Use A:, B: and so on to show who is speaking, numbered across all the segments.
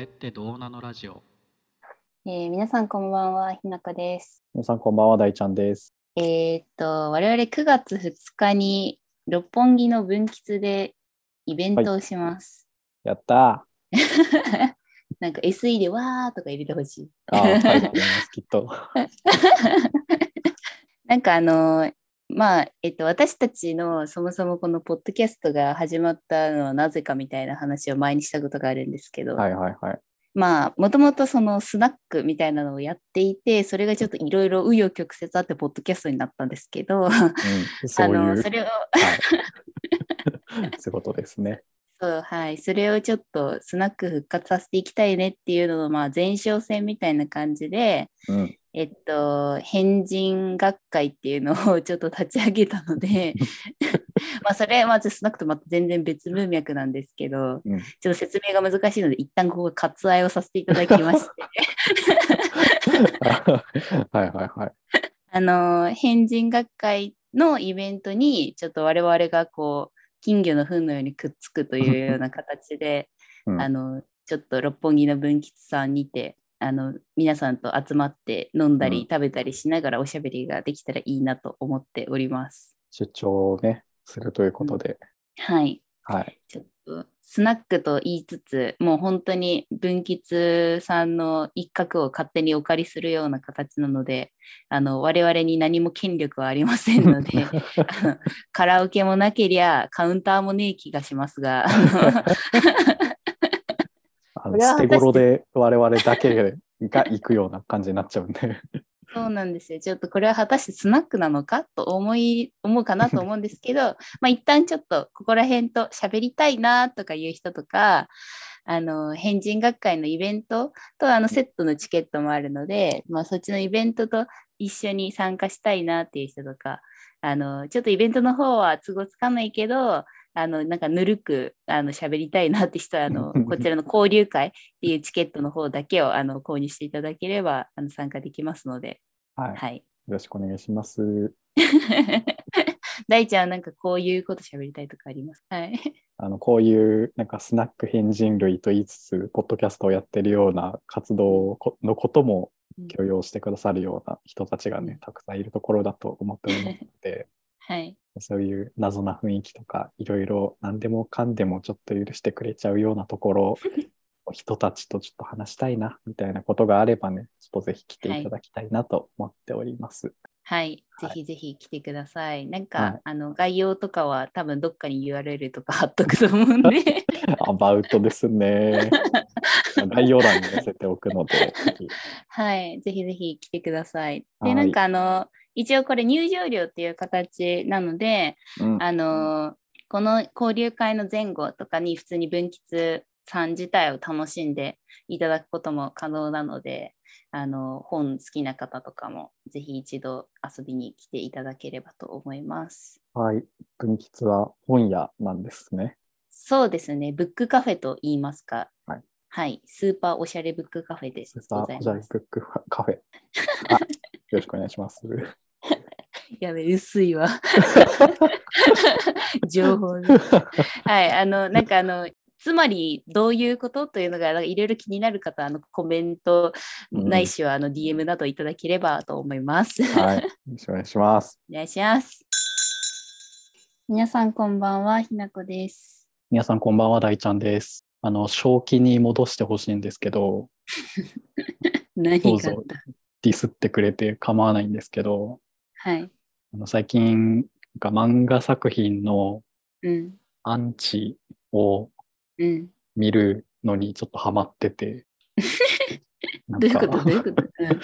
A: ってどうなのラジオ。
B: えー皆さんこんばんは、ひなこです。
C: 皆さんこんばんは、大ちゃんです。
B: えーっと、我々9月2日に六本木の分吉でイベントをします。
C: やった
B: なんか SE でわーとか入れてほしい。
C: ーあーはい、思います、きっと。
B: なんかあのーまあ、えっと、私たちのそもそもこのポッドキャストが始まったのはなぜかみたいな話を前にしたことがあるんですけど、
C: はいはいはい。
B: ま あもともとそのスナックみたいなのをやっていてそれがちょっといろいろ紆余曲折あってポッドキャストになったんですけど
C: うん、 そういう、
B: あ
C: は
B: の
C: い、
B: それを
C: そういうことですね。
B: そうはいそれをちょっとスナック復活させていきたいねっていうののまあ前哨戦みたいな感じで
C: うん、
B: えっと変人学会っていうのをちょっと立ち上げた のでまあそれまずスナックとまた全然別文脈なんですけど、
C: うん
B: ちょっと説明が難しいので一旦ここは割愛をさせていただき まして
C: はいはいはい。
B: あの変人学会のイベントにちょっと我々がこう金魚の糞のようにくっつくというような形で、
C: うん
B: あのちょっと六本木の文吉さんにてあの皆さんと集まって飲んだ
C: う
B: り
C: ん
B: 食べたりしながらおしゃべりができたらいいなと思っております。
C: 出張をね、するということで。
B: はい
C: はい。
B: ちょっとスナックと言いつつもう本当に文吉さんの一角を勝手にお借りするような形なのであの我々に何も権力はありません のであのカラオケもなけりゃカウンターもねえ気がしま すがあの
C: あ
B: こ
C: の
B: れ
C: 捨
B: は果たして
C: て頃で我々だけが行くような感じになっちゃうんで。
B: そうなんですよちょっとこれは果たしてスナックなのかと思い思うかなと思うんですけど まあ一旦ちょっとここら辺と喋りたいなとかいう人とかあの変人学会のイベントとあのセットのチケットもあるので、まあ、そっちのイベントと一緒に参加したいなっていう人とかあのちょっとイベントの方は都合つかないけどあのなんかぬるくあの喋りたいなって人はあのこちらの交流会っていうチケットの方だけをあの購入していただければあの参加できますので、
C: はい。よ
B: はい、
C: ろしくお願いします。
B: 大ちゃんはなんかこういうこと喋りたいとかありますはい。
C: あの、こういう、なんかスナック変人類と言いつつ、ポッドキャストをやってるような活動をこのことも許容してくださるような人たちが
B: うん
C: ね、たくさんいるところだと思っておりますので、
B: はい。
C: そういう謎な雰囲気とか、いろいろ何でもかんでもちょっと許してくれちゃうようなところ、人たちとちょっと話したいな、みたいなことがあればね、ちょっとぜひ来ていただきたいなと思っております。
B: はい、
C: は
B: ぜ
C: い
B: ひぜひ来てください。なんか、
C: はい
B: あの概要とかは多分どっかに URL とか貼っとくと思う んで、
C: アバウトですね。 概要欄に載せておくので、ぜ ひ
B: はい、ぜひぜひ来てください。
C: は
B: で、
C: い
B: なんかあの、一応これ入場料っていう形なので、
C: うん
B: あの、この交流会の前後とかに普通に文吉さん自体を楽しんでいただくことも可能なので、あの、本好きな方とかもぜひ一度遊びに来ていただければと思います。
C: はい。文吉は本屋なんですね。
B: そうですね、ブックカフェと言いますか。
C: はい。
B: スーパーおしゃれブックカフェです。
C: スーパー
B: ご
C: ジ
B: ざ
C: ャ
B: いま
C: イ
B: す
C: クックカフェ。あよろしくお願いします。
B: やべ、薄いわ。情報ね。はい、あの、なんかあの、つまりどういうことというのがなんかいろいろ気になる方はあのコメント
C: うん
B: ないしはあの DM などいただければと思います。
C: はい。よろしくお願いします。
B: お願いします。皆さんこんばんは、ひなこです。
C: 皆さんこんばんは、大ちゃんです。あの、正気に戻してほしいんですけど、
B: 何
C: どう
B: があっ
C: ぞ
B: た
C: ディスってくれて構わないんですけど、
B: はい。
C: あの最近、なんか漫画作品の
B: うん。
C: アンチを
B: うん。
C: 見るのにちょっとハマって て。なん
B: どういう
C: か
B: ことどういうこと、うん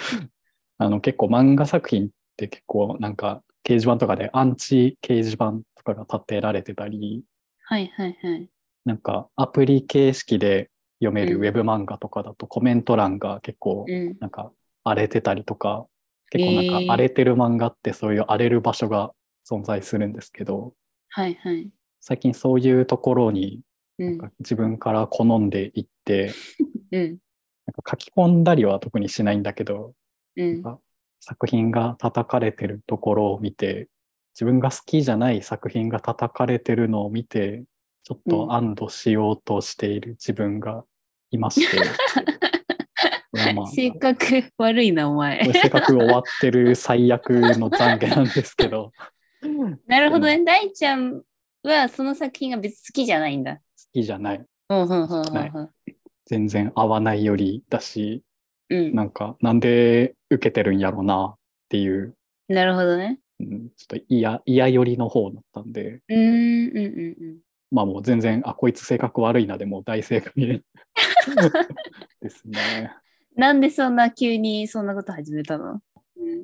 C: あの結構漫画作品って結構なんか掲示板とかでアンチ掲示板とかが立てられてたり、
B: はいはいはい。
C: なんかアプリ形式で読める
B: う
C: ウ
B: ん
C: ェブ漫画とかだとコメント欄が結構
B: うん。
C: なんか荒れてたりとか、結構な
B: へ
C: ん
B: ー
C: か荒れてる漫画ってそういう荒れる場所が存在するんですけど、
B: はいはい。
C: 最近そういうところに
B: う
C: なんん。か自分から好んでいって、
B: うん。
C: なんか書き込んだりは特にしないんだけど、
B: うん。
C: 作品が叩かれてるところを見て自分が好きじゃない作品が叩かれてるのを見てちょっ
B: うん
C: と安堵しようとしている自分がいま して。まあまあ
B: 性格悪いな、お前。
C: これ性格終わってる最悪の懺悔なんですけど、好
B: なるほどね。大ちゃんはその作品が別に好きじゃないんだ。
C: きじゃない。
B: うんうんうんうんうん
C: はい全然合わないよりだし、
B: うん。
C: なんか、なんで受けてるんやろなっていう、
B: なるほどね。
C: うんちょっと嫌、嫌寄りの方だったんで、
B: うーん、うん、うんうん。
C: まあもう全然、あ、こいつ性格悪いなでもう大正解 でですね。
B: なんでそんな急にそんなこと始めたの、うん、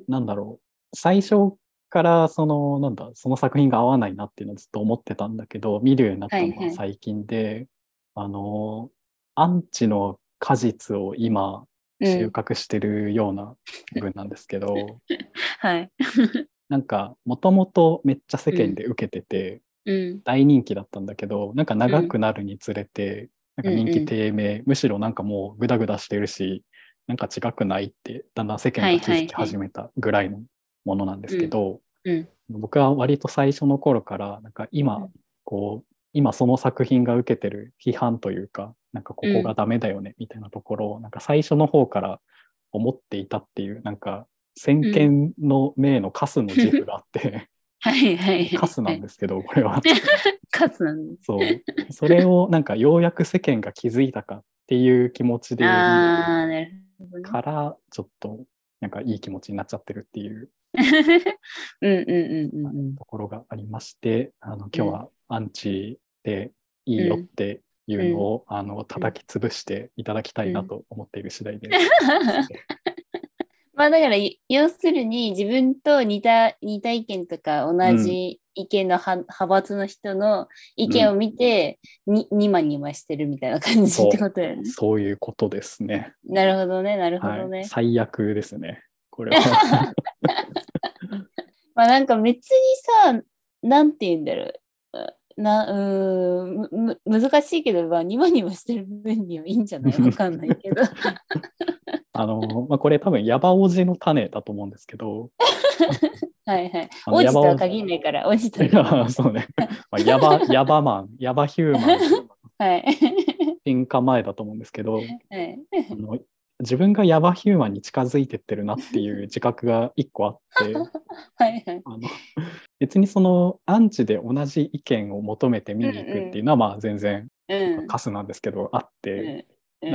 C: なんだろう。最初から、その、なんだ、その作品が合わないなっていうのをずっと思ってたんだけど、見るようになったの
B: はいは
C: が
B: い
C: 最近で、あの、アンチの果実を今、収
B: うん、
C: 穫してるような部分なんですけど、
B: はい。
C: なんか、もともとめっちゃ世間で受けてて、
B: うん。
C: 大人気だったんだけどなんか長くなるにつれて、なんか人気低迷、むしろなんかもうグダグダしてるしなんか違くないってだんだん世間が気づき始めたぐらいのものなんですけど、
B: うんうん
C: 僕は割と最初の頃からなんか今、
B: うん
C: こう今その作品が受けてる批判というかなんかここがダメだよねみたいなところを、なんか最初の方から思っていたっていうなんか先見の明のカスの自負があって、
B: はいはいはい。
C: カスなん
B: す。
C: ですけどこれは。
B: カスなんです。
C: そう。それをなんかようやく世間が気づいたかっていう気持ちでいる
B: ああ、なるほどね。
C: から、ちょっとなんかいい気持ちになっちゃってるっていう
B: うんうんうんうんうん。
C: ところがありまして、あの今日はアンチでいいよっていうのを、あの叩き潰していただきたいなと思っている次第です。
B: まあだからい要するに自分と似た似た意見とか同じ意見のは、派閥の人の意見を見て、ににまにましてるみたいな感じ
C: そう
B: ってことだよ ね。
C: そういうことですね。
B: なるほどねなるほ
C: は
B: どね。
C: い、最悪ですね。これ は。
B: まあなんか別にさなんて言うんだろうなうーんむむ難しいけどまあにまにましてる分にはいいんじゃ ないわかんないけど。
C: あの、まあ、これ多分ヤバおじの種だと思うんですけど、
B: はいはい。
C: あの
B: おじと
C: 山
B: は
C: 尾
B: 限らないから、おじと
C: いや、 そう ね。まあ、ヤバ、ヤバマン、ヤバヒューマン、
B: はい。
C: 喧嘩前だと思うんですけど、
B: はい。
C: あの自分がヤバヒューマンに近づいてってるなっていう自覚が一個あって、
B: はいはい。
C: あの別にそのアンチで同じ意見を求めて見に行くっていうのは、まあ全然
B: うん。
C: カスなんですけど、あって、
B: うんうん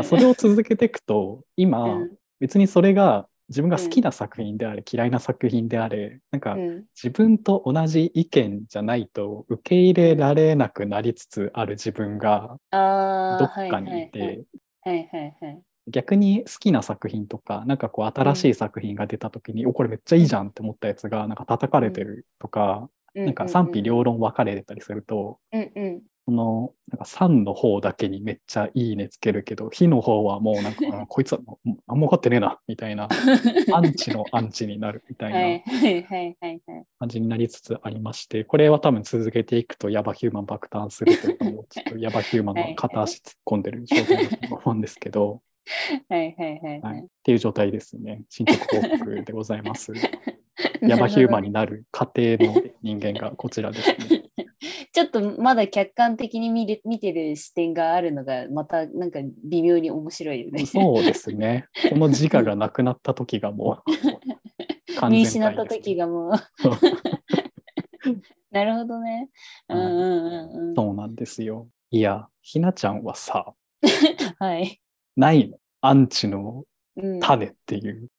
C: それを続けていくと、今、
B: うん
C: 別にそれが自分が好きな作品であれ、嫌いな作品であれ、なんか、
B: うん
C: 自分と同じ意見じゃないと受け入れられなくなりつつある自分が
B: あ
C: どっかにい
B: あはい
C: て
B: はいはいはいはい
C: 逆に好きな作品とかなんかこう新しい作品が出た時に、おこれめっちゃいいじゃんって思ったやつがなんか叩かれてるとか、
B: はい。
C: なんか賛否両論分かれてたりすると、
B: うんうん。
C: そのなんか賛の方だけにめっちゃいいねつけるけど非の方はもうなんかあこいつはもう何も分かってねえなみたいなアンチのアンチになるみたい
B: は
C: な。
B: いはいはいはいはい。
C: 感じになりつつありまして、これは多分続けていくとヤバヒューマン爆誕するというか、もうちょっとヤバヒューマンの片足突っ込んでる状態だと思うんですけど、
B: はいはいはい
C: は、
B: はい
C: っ
B: い。
C: ていう状態ですね。進捗報告でございます。ヤバヒューマンになる過程の人間がこちらですね。
B: ちょっとまだ客観的に見る見てる視点があるのがまたなんか微妙に面白いよね。
C: そうですね。この自我がなくなった時がもう完全体
B: 見
C: です
B: 失った時がもう。
C: そう
B: なるほどね。うん
C: はい
B: うんうんうん。
C: そうなんですよ。いや、ひなちゃんはさ、
B: はい。
C: ないのアンチの
B: うん、
C: 種っていう。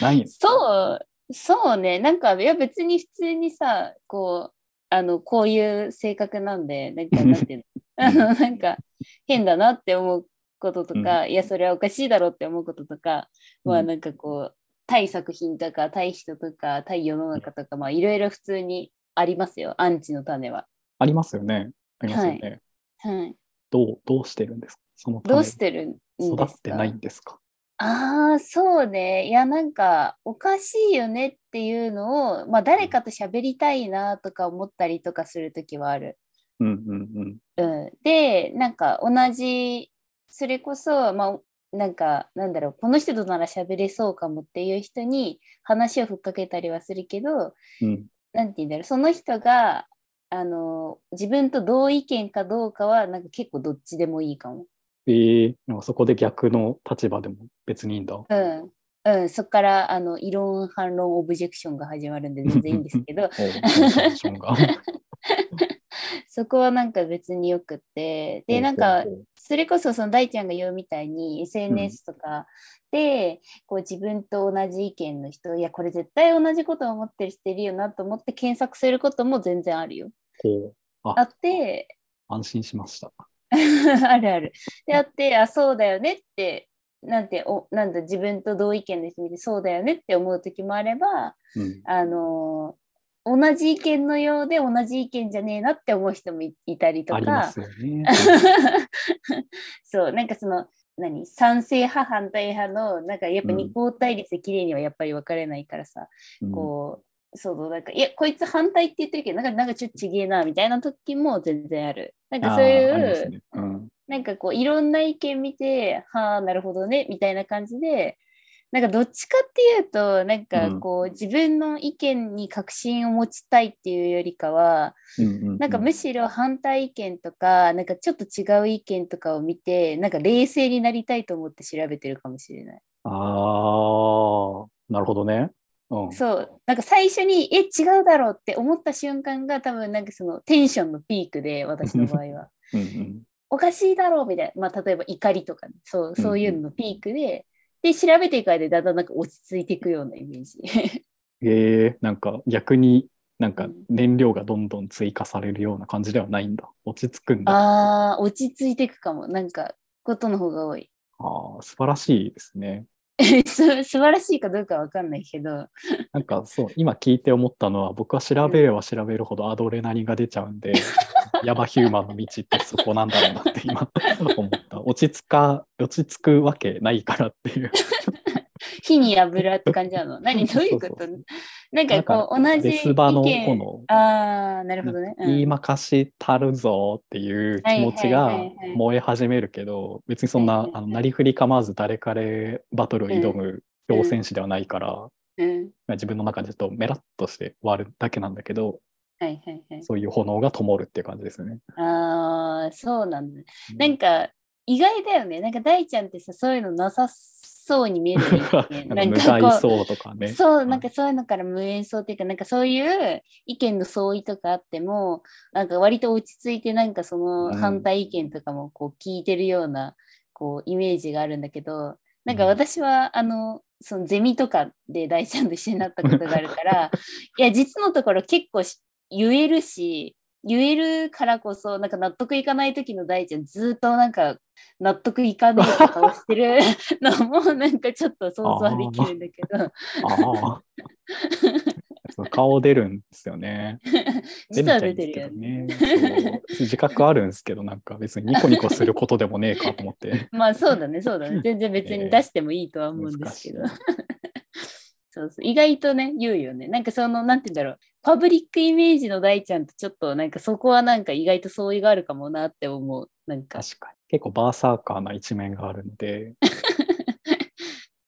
C: ないの
B: そう、そうね。なんか、いや別に普通にさ、こう、あの、こういう性格なんで、なん か、なんていうの、あの、なんか、変だなって思うこととか、いや、それはおかしいだろうって思うこととかは、
C: うん
B: なんかこう、対作品とか、対人とか、対世の中とか、まあ、いろいろ普通にありますよ、アンチの種は。
C: ありますよね。ありますよね。
B: はい。
C: どう、どうしてるんですかその
B: ど
C: 種
B: うしてるんです
C: 育
B: か
C: ってないんですか
B: ああ、そうね。いや、なんか、おかしいよねっていうのを、まあ、誰かと喋りたいなとか思ったりとかするときはある。
C: うんうんうん。
B: うん。で、なんか、同じ、それこそ、まあ、なんか、なんだろう、この人となら喋れそうかもっていう人に話をふっかけたりはするけど、
C: うん
B: なんて言うんだろう、その人が、あの、自分と同意見かどうかは、なんか結構どっちでもいいかも。
C: えー、なんかそこで逆の立場でも別にいいんだ。
B: うん。うん、そこからあの異論反論オブジェクションが始まるんで全然いいんですけど
C: おうテンションが
B: そこはなんか別によくってでなんか
C: ほうほうほう
B: それこそその大ちゃんが言うみたいに SNS とかで、こう自分と同じ意見の人いやこれ絶対同じことを思ってる人いるよなと思って検索することも全然あるよ。
C: こう
B: あって
C: 安心しました。
B: あるある。であってあそうだよねってなんておなんだ自分と同意見の人見てそうだよねって思う時もあれば
C: うん、
B: あの同じ意見のようで同じ意見じゃねえなって思う人もいいたりと
C: ありま
B: か
C: すよね。
B: そうなんかその何賛成派反対派のなんかやっぱ
C: う
B: 二
C: ん
B: 項対立で綺麗にはやっぱり分かれないからさ、
C: うん
B: こうそうなんかいやこいつ反対って言ってるけどなんかなんかちょっとちげえなみたいな時も全然あるなんかそうい
C: あーありま
B: う、
C: すねうん
B: なんかこういろんな意見見てはあなるほどねみたいな感じでなんかどっちかっていうとなんかこう、自分の意見に確信を持ちたいっていうよりかは
C: うんうん
B: なんかむしろ反対意見とかなんかちょっと違う意見とかを見てなんか冷静になりたいと思って調べてるかもしれない。
C: ああ、なるほどね。うん、
B: そうなんか最初にえ違うだろうって思った瞬間が多分なんかそのテンションのピークで私の場合は。
C: うんうん
B: おかしいだろうみたいな、まあ、例えば怒りとかね、そうそういうののピークで、で、調べていく間でだんだんなんか落ち着いていくようなイメージ。
C: へえなんか逆になん
B: う
C: か
B: ん
C: 燃料がどんどん追加されるような感じではないんだ。落ち着くんだ。
B: ああ、落ち着いていくかも。なんか、ことの方が多い。
C: あー素晴らしいですね。
B: す素晴らしいかどうかわかんないけど、
C: なんかそう今聞いて思ったのは僕は調べれば調べるほどアドレナリンが出ちゃうん でヤバヒューマンの道ってそこなんだろうなって今思った落ち着か落ち着くわけないからっていう
B: 火に油って感 じなの。何どういうこ
C: そう
B: と
C: そう
B: なんかこう、
C: なん
B: 同
C: か
B: じ
C: デ
B: 意
C: スバの
B: 見。
C: 炎
B: ああ、なるほどね。うん
C: 言いまかしたるぞっていう気持ち
B: はい
C: が
B: はいはいはい
C: 燃え始めるけど別にそん
B: はい
C: な
B: はい
C: あ
B: はい
C: のなりふり構わず誰彼バトルを挑む
B: うん
C: 挑戦士ではないから
B: うん。
C: 自分の中でちょっとメラッとして終わるだけなんだけど
B: はいはいはい。
C: そういう炎が灯るっていう感じですね。
B: ああ、そうなんだ。なんか意外だよね。なんか大ちゃんってさ、そういうのなさそうに見えるよね。
C: な
B: なんん
C: か無害
B: かこ
C: そうとか
B: う、
C: ね。
B: そう、なんかそういうのから無縁そうっていうか、なんかそういう意見の相違とかあっても、なんか割と落ち着いて、なんかそ
C: うん
B: の反対意見とかもこう聞いてるような、こうイメージがあるんだけど、なんか私は、あの、そのゼミとかで大ちゃんと一緒になったことがあるから、いや、実のところ結構し言えるし、言えるからこそ、なんか納得いかない時の大ちゃん、ずっとなんか納得いかねえとかをしてるのも、なんかちょっと想像はできるんだけど、
C: ああ。そう顔出るんですよね。
B: 実は出てるよね。
C: ね。そう自覚あるんですけど、なんか別にニコニコすることでもねえかと思って。
B: まあそうだね、そうだね。全然別に出してもいいとは思うんですけど。
C: 難し
B: そうそう意外とね、言うよね。なんかその、なんて言うんだろう。パブリックイメージの大ちゃんとちょっとなんかそこはなんか意外と相違があるかもなって思う。なんか、
C: 確かに。結構バーサーカーな一面があるので、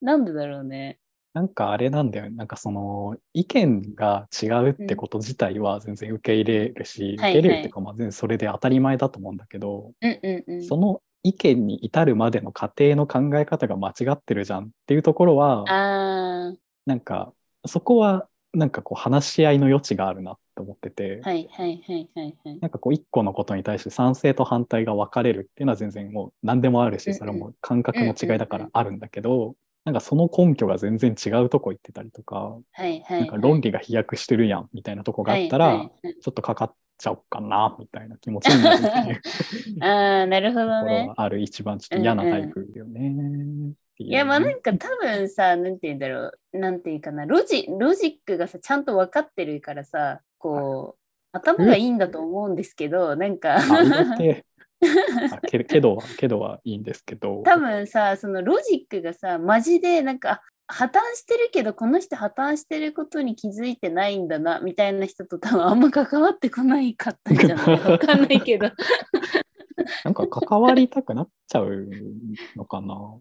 B: なんでだろうね。
C: なんかあれなんだよね。なんかその意見が違うってこと自体は全然受け入れるし、
B: は
C: 受け
B: い
C: 入れるっていうか、まあ全然それで当たり前だと思うんだけど、
B: うんうんうん。
C: その意見に至るまでの過程の考え方が間違ってるじゃんっていうところは、
B: ああ、
C: なんかそこはなんかこう話し合いの余地があるなって思ってて、
B: はいはいはいはいはい。
C: なんかこう一個のことに対して賛成と反対が分かれるっていうのは全然もう何でもある
B: うん
C: し
B: うん
C: それはもう感覚の違いだか
B: うんうんう
C: らあ
B: ん
C: るんだけどなんかその根拠が全然違うとこ行ってたりとか
B: はいはい、はい。
C: なんか論理が飛躍してるやんみたいなとこがあった
B: は
C: ら
B: いはいはい
C: ちょっとかかっちゃおっかなみたいな気持ちになるっていう
B: ああ、なるほ
C: と
B: ど
C: こ
B: ね
C: ろ。はある一番ちょっと嫌なタイプよね。ってう
B: いやまあな
C: ね
B: んか多分さなんて言うんだろうなんていうかなロジロジックがさちゃんと分かってるからさこう頭がいいんだと思うんですけどなんか
C: あ言うてあけけどはけどはいいんですけど
B: 多分さそのロジックがさマジでなんかあ破綻してるけどこの人破綻してることに気づいてないんだなみたいな人と多分あんま関わってこないかったんじゃない 分かんないけど
C: なんか関わりたくなっちゃうのかな。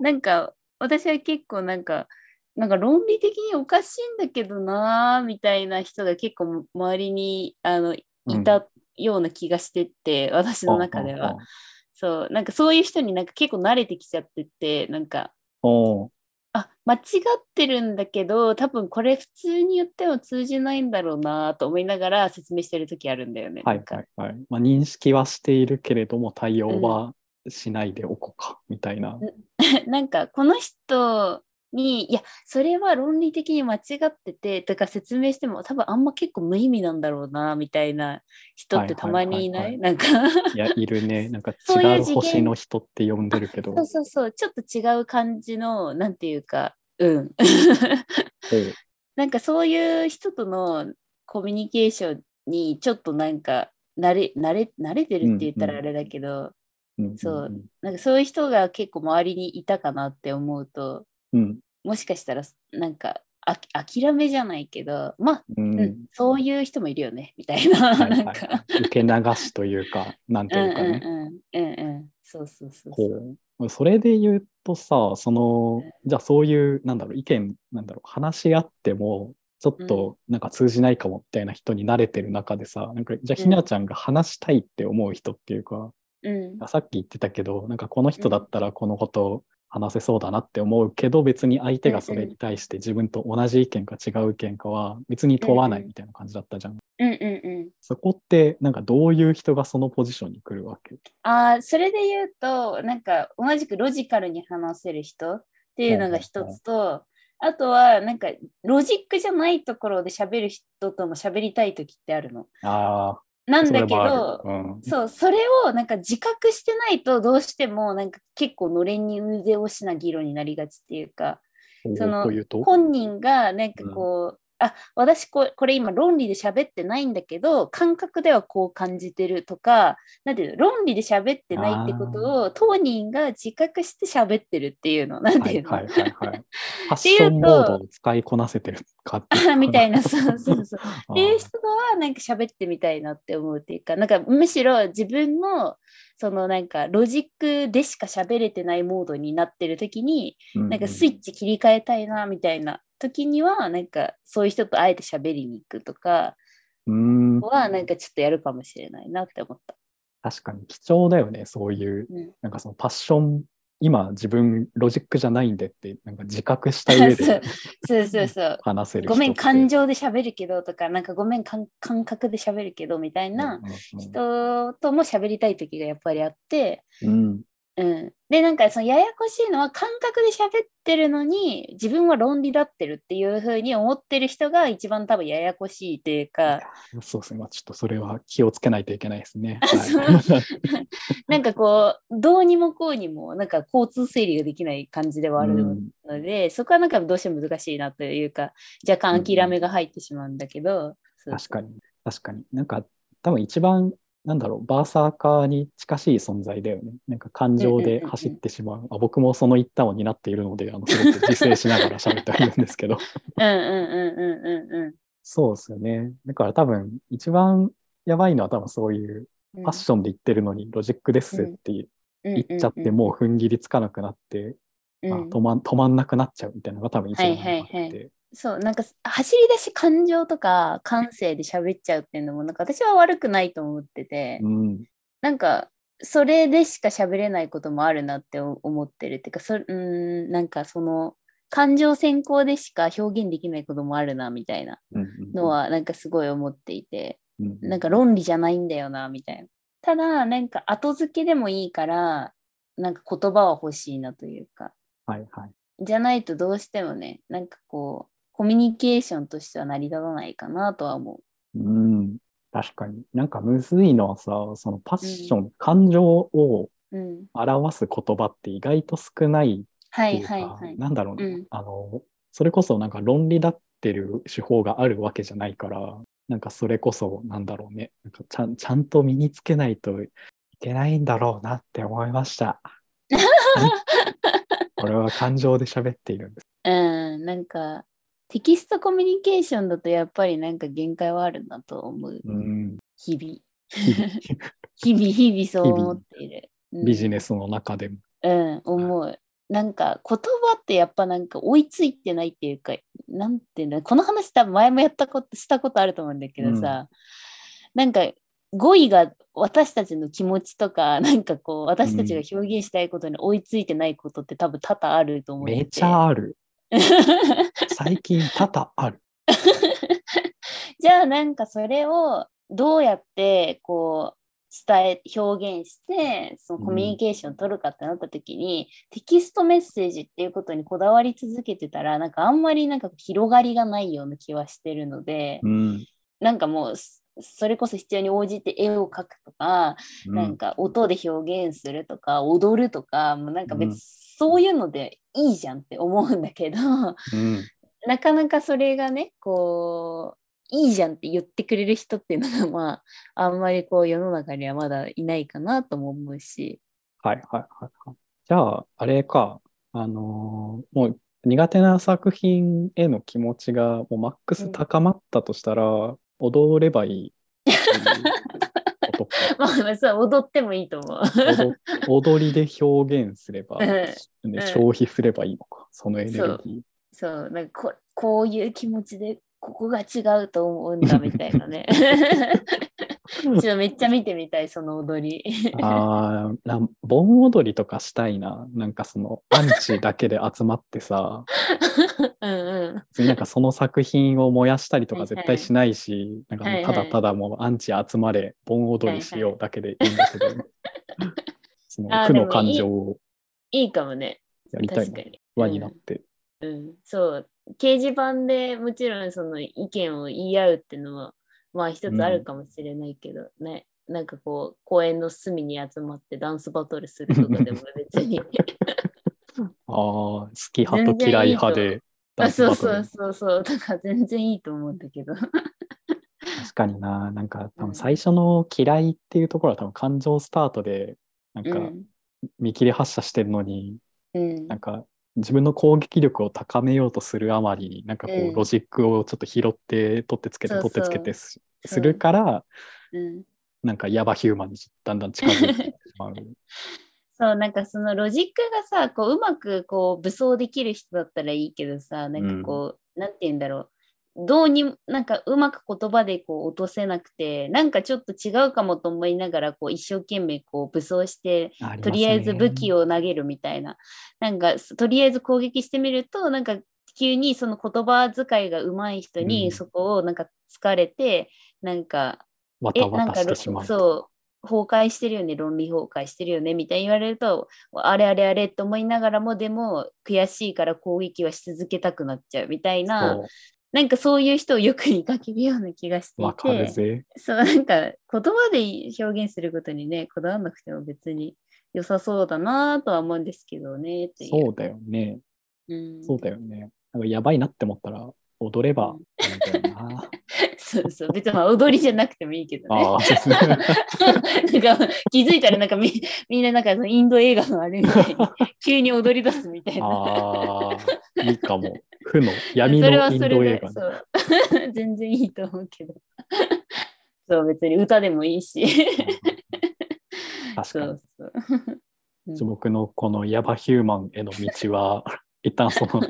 B: なんか私は結構なんかなんか論理的におかしいんだけどなーみたいな人が結構周りにあの
C: うん
B: いたような気がしてって、私の中で
C: あ
B: は。そう、なんかそういう人になんか結構慣れてきちゃってて、なんか、
C: おー
B: あ、間違ってるんだけど、多分これ普通に言っても通じないんだろうなと思いながら説明してる時あるんだよね。
C: は
B: ないんか
C: はいはい。まあ、認識はしているけれども、対応はしないでおこうか、みたいな。
B: なんかこの人にいやそれは論理的に間違っててとか説明しても多分あんま結構無意味なんだろうなみたいな人ってたまにいない,、
C: はい
B: なんか
C: いや、いる ね。なんか
B: そういう
C: 違う
B: 次元
C: 星の人って呼んでるけど。
B: そうそうそうちょっと違う感じのなんていうかうん
C: うん
B: なんかそういう人とのコミュニケーションにちょっとなんか慣れ慣れ慣れてるって言ったらあれだけど、
C: うんうん
B: そうなんかそういう人が結構周りにいたかなって思うと
C: うん。
B: もしかしたらなんかあき諦めじゃないけどまあ、
C: うん。
B: うんそういう人もいるよねみたいな、
C: はいは
B: ないん
C: は
B: か。
C: い受け流しというか、なん
B: う
C: て
B: んう
C: い
B: ん
C: うかね。
B: うんうんうんそうそうそうそう
C: こうそれで言うとさ、その
B: うん、
C: じゃあそういう、なんだろう、意見、なんだろう、話し合っても、ちょっとなんか通じないかもみたいな人に慣れてる中でさ、なんかじゃあひなちゃんが話したいって思う人っていうか、
B: うん
C: さっき言ってたけど、なんかこの人だったらこのこと話せそうだなって思うけど、別に相手がそれに対して自分と同じ意見か違う意見かは別に問わないみたいな感じだったじゃん。
B: うんうんうん
C: そこって、なんかどういう人がそのポジションに来るわけ
B: あーそれで言うとなんか同じくロジカルに話せる人っていうのが一つとあとはなんかロジックじゃないところで喋る人とも喋りたい時ってあるの。
C: あ
B: な
C: あ、
B: ん
C: そ
B: だ
C: れ
B: け
C: もある
B: ど
C: うん
B: そう、それをなんか自覚してないとどうしてもなんか結構のれんに腕押しな議論になりがちっていうか、その
C: というと
B: 本人がなんかこう、あ、私ここれ今論理で喋ってないんだけど、感覚ではこう感じてるとか、なんていうの、論理で喋ってないってことを当人が自覚して喋ってるっていうの、なん
C: は
B: てい
C: いう
B: の、
C: はいはい はい。ファッションモードを使いこなせてるか ってう
B: みたいな、そうそうそう。
C: あー
B: っていう人とはなんか喋ってみたいなって思うっていうかなんかむしろ自分のそのなんかロジックでしか喋れてないモードになってる時になんかスイッチ切り替えたいなみたいな時にはなんかそういう人とあえて喋りに行くとか
C: うんうん
B: はなんかちょっとやるかもしれないなって思った。
C: 確かに貴重だよね、そういう。
B: うん
C: なんかそのパッション、今自分ロジックじゃないんでって、なんか自覚した上
B: そう
C: で
B: そうそうそう。
C: 話せる人
B: ごめん
C: って
B: 感情で喋るけどとかなんかごめん感感覚で喋るけどみたいな
C: うんうんうん
B: 人とも喋りたい時がやっぱりあって、
C: うん
B: うん、でなんかそのややこしいのは感覚で喋ってるのに自分は論理だってるっていうふうに思ってる人が一番多分ややこしいという
C: い
B: か
C: やそうですね、まあ、ちょっとそれは気をつけないといけないです ね。
B: そ
C: はい
B: なんかこうどうにもこうにもなんか交通整理ができない感じではある
C: うん
B: ので、そこはなんかどうしても難しいなというか若干諦めが入ってしまうんだけど、そう
C: 確かに、確かに。なんか、多分一番、なんだろう、バーサーカーに近しい存在だよね。なんか感情
B: うんうんう
C: で
B: んうん
C: 走ってしまう。あ僕もその一端を担っているので、あのすごく自制しながら喋ってはいるんです けど。
B: うんうんうんうんうん
C: そうですよね。だから多分、一番やばいのは多分そういう、
B: うん
C: ファッションで言ってるのに、ロジックですって
B: うん
C: 言っちゃって、もう踏ん切りつかなくなって、
B: うん
C: あ
B: うん
C: 止まん止まんなくなっちゃうみたいなのが多分一番やば
B: はい
C: く
B: はいはい
C: て。
B: そうなんか走り出し感情とか感性で喋っちゃうっていうのもなんか私は悪くないと思ってて、
C: うん。
B: なんかそれでしか喋れないこともあるなって思ってるっていうかそれうーんなんかその感情先行でしか表現できないこともあるなみたいな
C: うん
B: のはなんかすごい思っていて
C: うんうん
B: なんか論理じゃないんだよなみたいなただなんか後付けでもいいからなんか言葉は欲しいなというか
C: はいはい。
B: じゃないとどうしてもねなんかこうコミュニケーションとしては成り立たないかなとは思
C: うん、確かに。なんかむずいのはさ、そのパッション、感情を
B: う。うん、
C: 表す言葉って意外と少ない
B: は
C: って
B: い
C: いうか、
B: はいはい。
C: なんだろうな、
B: うん
C: あの、それこそなんか論理だってる手法があるわけじゃないから、なんかそれこそなんだろうね、なんかちゃんちゃんと身につけないといけないんだろうなって思いま した。俺は感情で喋っているんです。
B: うん、なんかテキストコミュニケーションだとやっぱりなんか限界はあるなと思う。
C: うん、
B: 日々。 日々日々そう思っている。うん
C: ビジネスの中でも。
B: うん、思う。なんか言葉ってやっぱなんか追いついてないっていうか、なんていうんだこの話多分前もやったことしたことあると思うんだけどさ、なんか語彙が私たちの気持ちとか、 なんかこう、私たちが表現したいことに追いついてないことって多分多々あると思ってて。
C: めちゃある。最近多々ある。
B: じゃあなんかそれをどうやってこう伝え表現してそのコミュニケーションを取るかってなった時に、テキストメッセージっていうことにこだわり続けてたらなんかあんまりなんか広がりがないような気はしてるので、
C: うん。
B: なんかもうそれこそ必要に応じて絵を描くとか、
C: うん
B: なんか音で表現するとか踊るとかもうなんか別
C: う
B: に
C: ん
B: そういうのでいいじゃんって思うんだけど。
C: うん
B: なかなかそれがねこういいじゃんって言ってくれる人っていうのがまああんまりこう世の中にはまだいないかなとも思うし
C: はいはいはいはい。じゃあ、あれか、あのーもう苦手な作品への気持ちがもうマックス高まったとしたら、踊ればいいっていうことか
B: まあまあそう踊ってもいいと思う。
C: 踊踊りで表現すれば、
B: うん
C: ね
B: ん
C: 消費すればいいのか、そのエネルギー。
B: そうなんかここういう気持ちでここが違うと思うんだみたいな ね。ちょっとめっちゃ見てみたいその踊り。
C: あーな盆踊りとかしたいな。なんかその、アンチだけで集まってさ、
B: うんうん
C: 別になんかその作品を燃やしたりと
B: は
C: か
B: いはい
C: 絶対しないし、なんかもうた
B: はい
C: だ
B: はい
C: ただもうアンチ集まれ、盆踊りしようだけでいいんだけ ど、その
B: あー
C: 負
B: で
C: の
B: も
C: 感
B: いい
C: 情を
B: いいかもね。
C: やりたい
B: 確
C: な
B: か、に。
C: 輪になって。
B: うん、そう掲示板でもちろんその意見を言い合うっていうのはまあ一つあるかもしれないけど、ねなんかこう公園の隅に集まってダンスバトルするとかでも別 に
C: ああ、好き派と嫌い派
B: 全然いい
C: で
B: あ
C: ダンスバ
B: そう
C: トル。
B: そうそうそうだから全然いいと思うんだけど
C: 確かにな、なんか多
B: う
C: 分
B: ん
C: 最初の嫌いっていうところは多分感情スタートで、なん
B: う
C: か
B: ん、
C: 見切り発車してるのに、
B: うん
C: なんか自分の攻撃力を高めようとするあまりになんかこ
B: うん
C: うロジックをちょっと拾って取ってつけて
B: そうそ
C: 取って
B: う
C: つけてす
B: そう
C: するから
B: うん、
C: なんかヤバヒューマンにだんだん近づいてしまう。
B: そうなんかそのロジックがさこううまくこう武装できる人だったらいいけどさなんかこう、なんて言うんだろうどうになんかうまく言葉でこう落とせなくてなんかちょっと違うかもと思いながらこう一生懸命こう武装して とりあえず武器
C: を
B: を投げるみたいななんかとりあえず攻撃してみるとなんか急にその言葉遣いが上手い人
C: う
B: に
C: ん
B: そこをなんか疲れて、なんか
C: わた
B: え、
C: わ
B: なん
C: た
B: か
C: して
B: ろ
C: しまう。
B: そう、崩壊してるよね、論理崩壊してるよね、みたいに言われると、あれあれあれと思いながらも、でも悔しいから攻撃はし続けたくなっちゃうみたいな、
C: そ
B: なんかそういう人をよく見かけるような気がして
C: う
B: い
C: わかる
B: て、
C: ぜ。
B: そう、なんか言葉で表現することにね、こだわらなくても別に良さそうだなとは思うんですけどね、っていう。
C: そうだよね。
B: うん
C: そうだよね。なんかやばいなって思ったら踊ればいいんだよ な。
B: そうそう別にまあ踊りじゃなくてもいいけどね。
C: ああ、そうですね。
B: なんか気づいたらなんかみみんななんかそのインド映画のあれみ たいに急に踊り出すみたいな。
C: ああ、いいかも。負の闇のインド映画
B: そ
C: の。
B: う 全然いいと思うけど。そう別に歌でもいいし。
C: 確
B: そ
C: かに
B: う。そう。
C: ちょ僕のこのヤバヒューマンへの道 は一旦その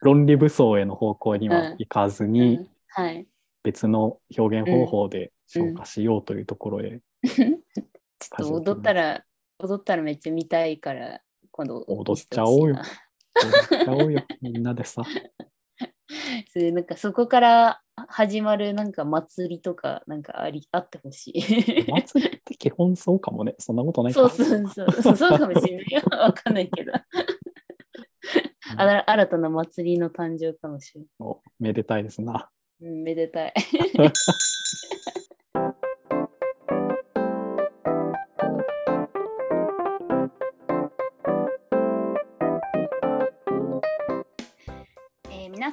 C: 論理武装への方向には行かず
B: うん
C: に、
B: はい。
C: 別の表現方法で消化しようというところへ、
B: ちょっと踊ったら踊ったらめっちゃ見たいから今度
C: 踊っちゃおうよ。踊っちゃおうよみんなでさ
B: そういうなんかそこから始まるなんか祭りとかなんかありあってほしい。
C: お祭りって基本そうかもねそんなことないか
B: そうそうそうそう、そうかもしれないよ。わかんな いけど。あら新たな祭りの誕生かもしれ
C: おめでたいですな
B: ない。うん、めでたい。
A: えー皆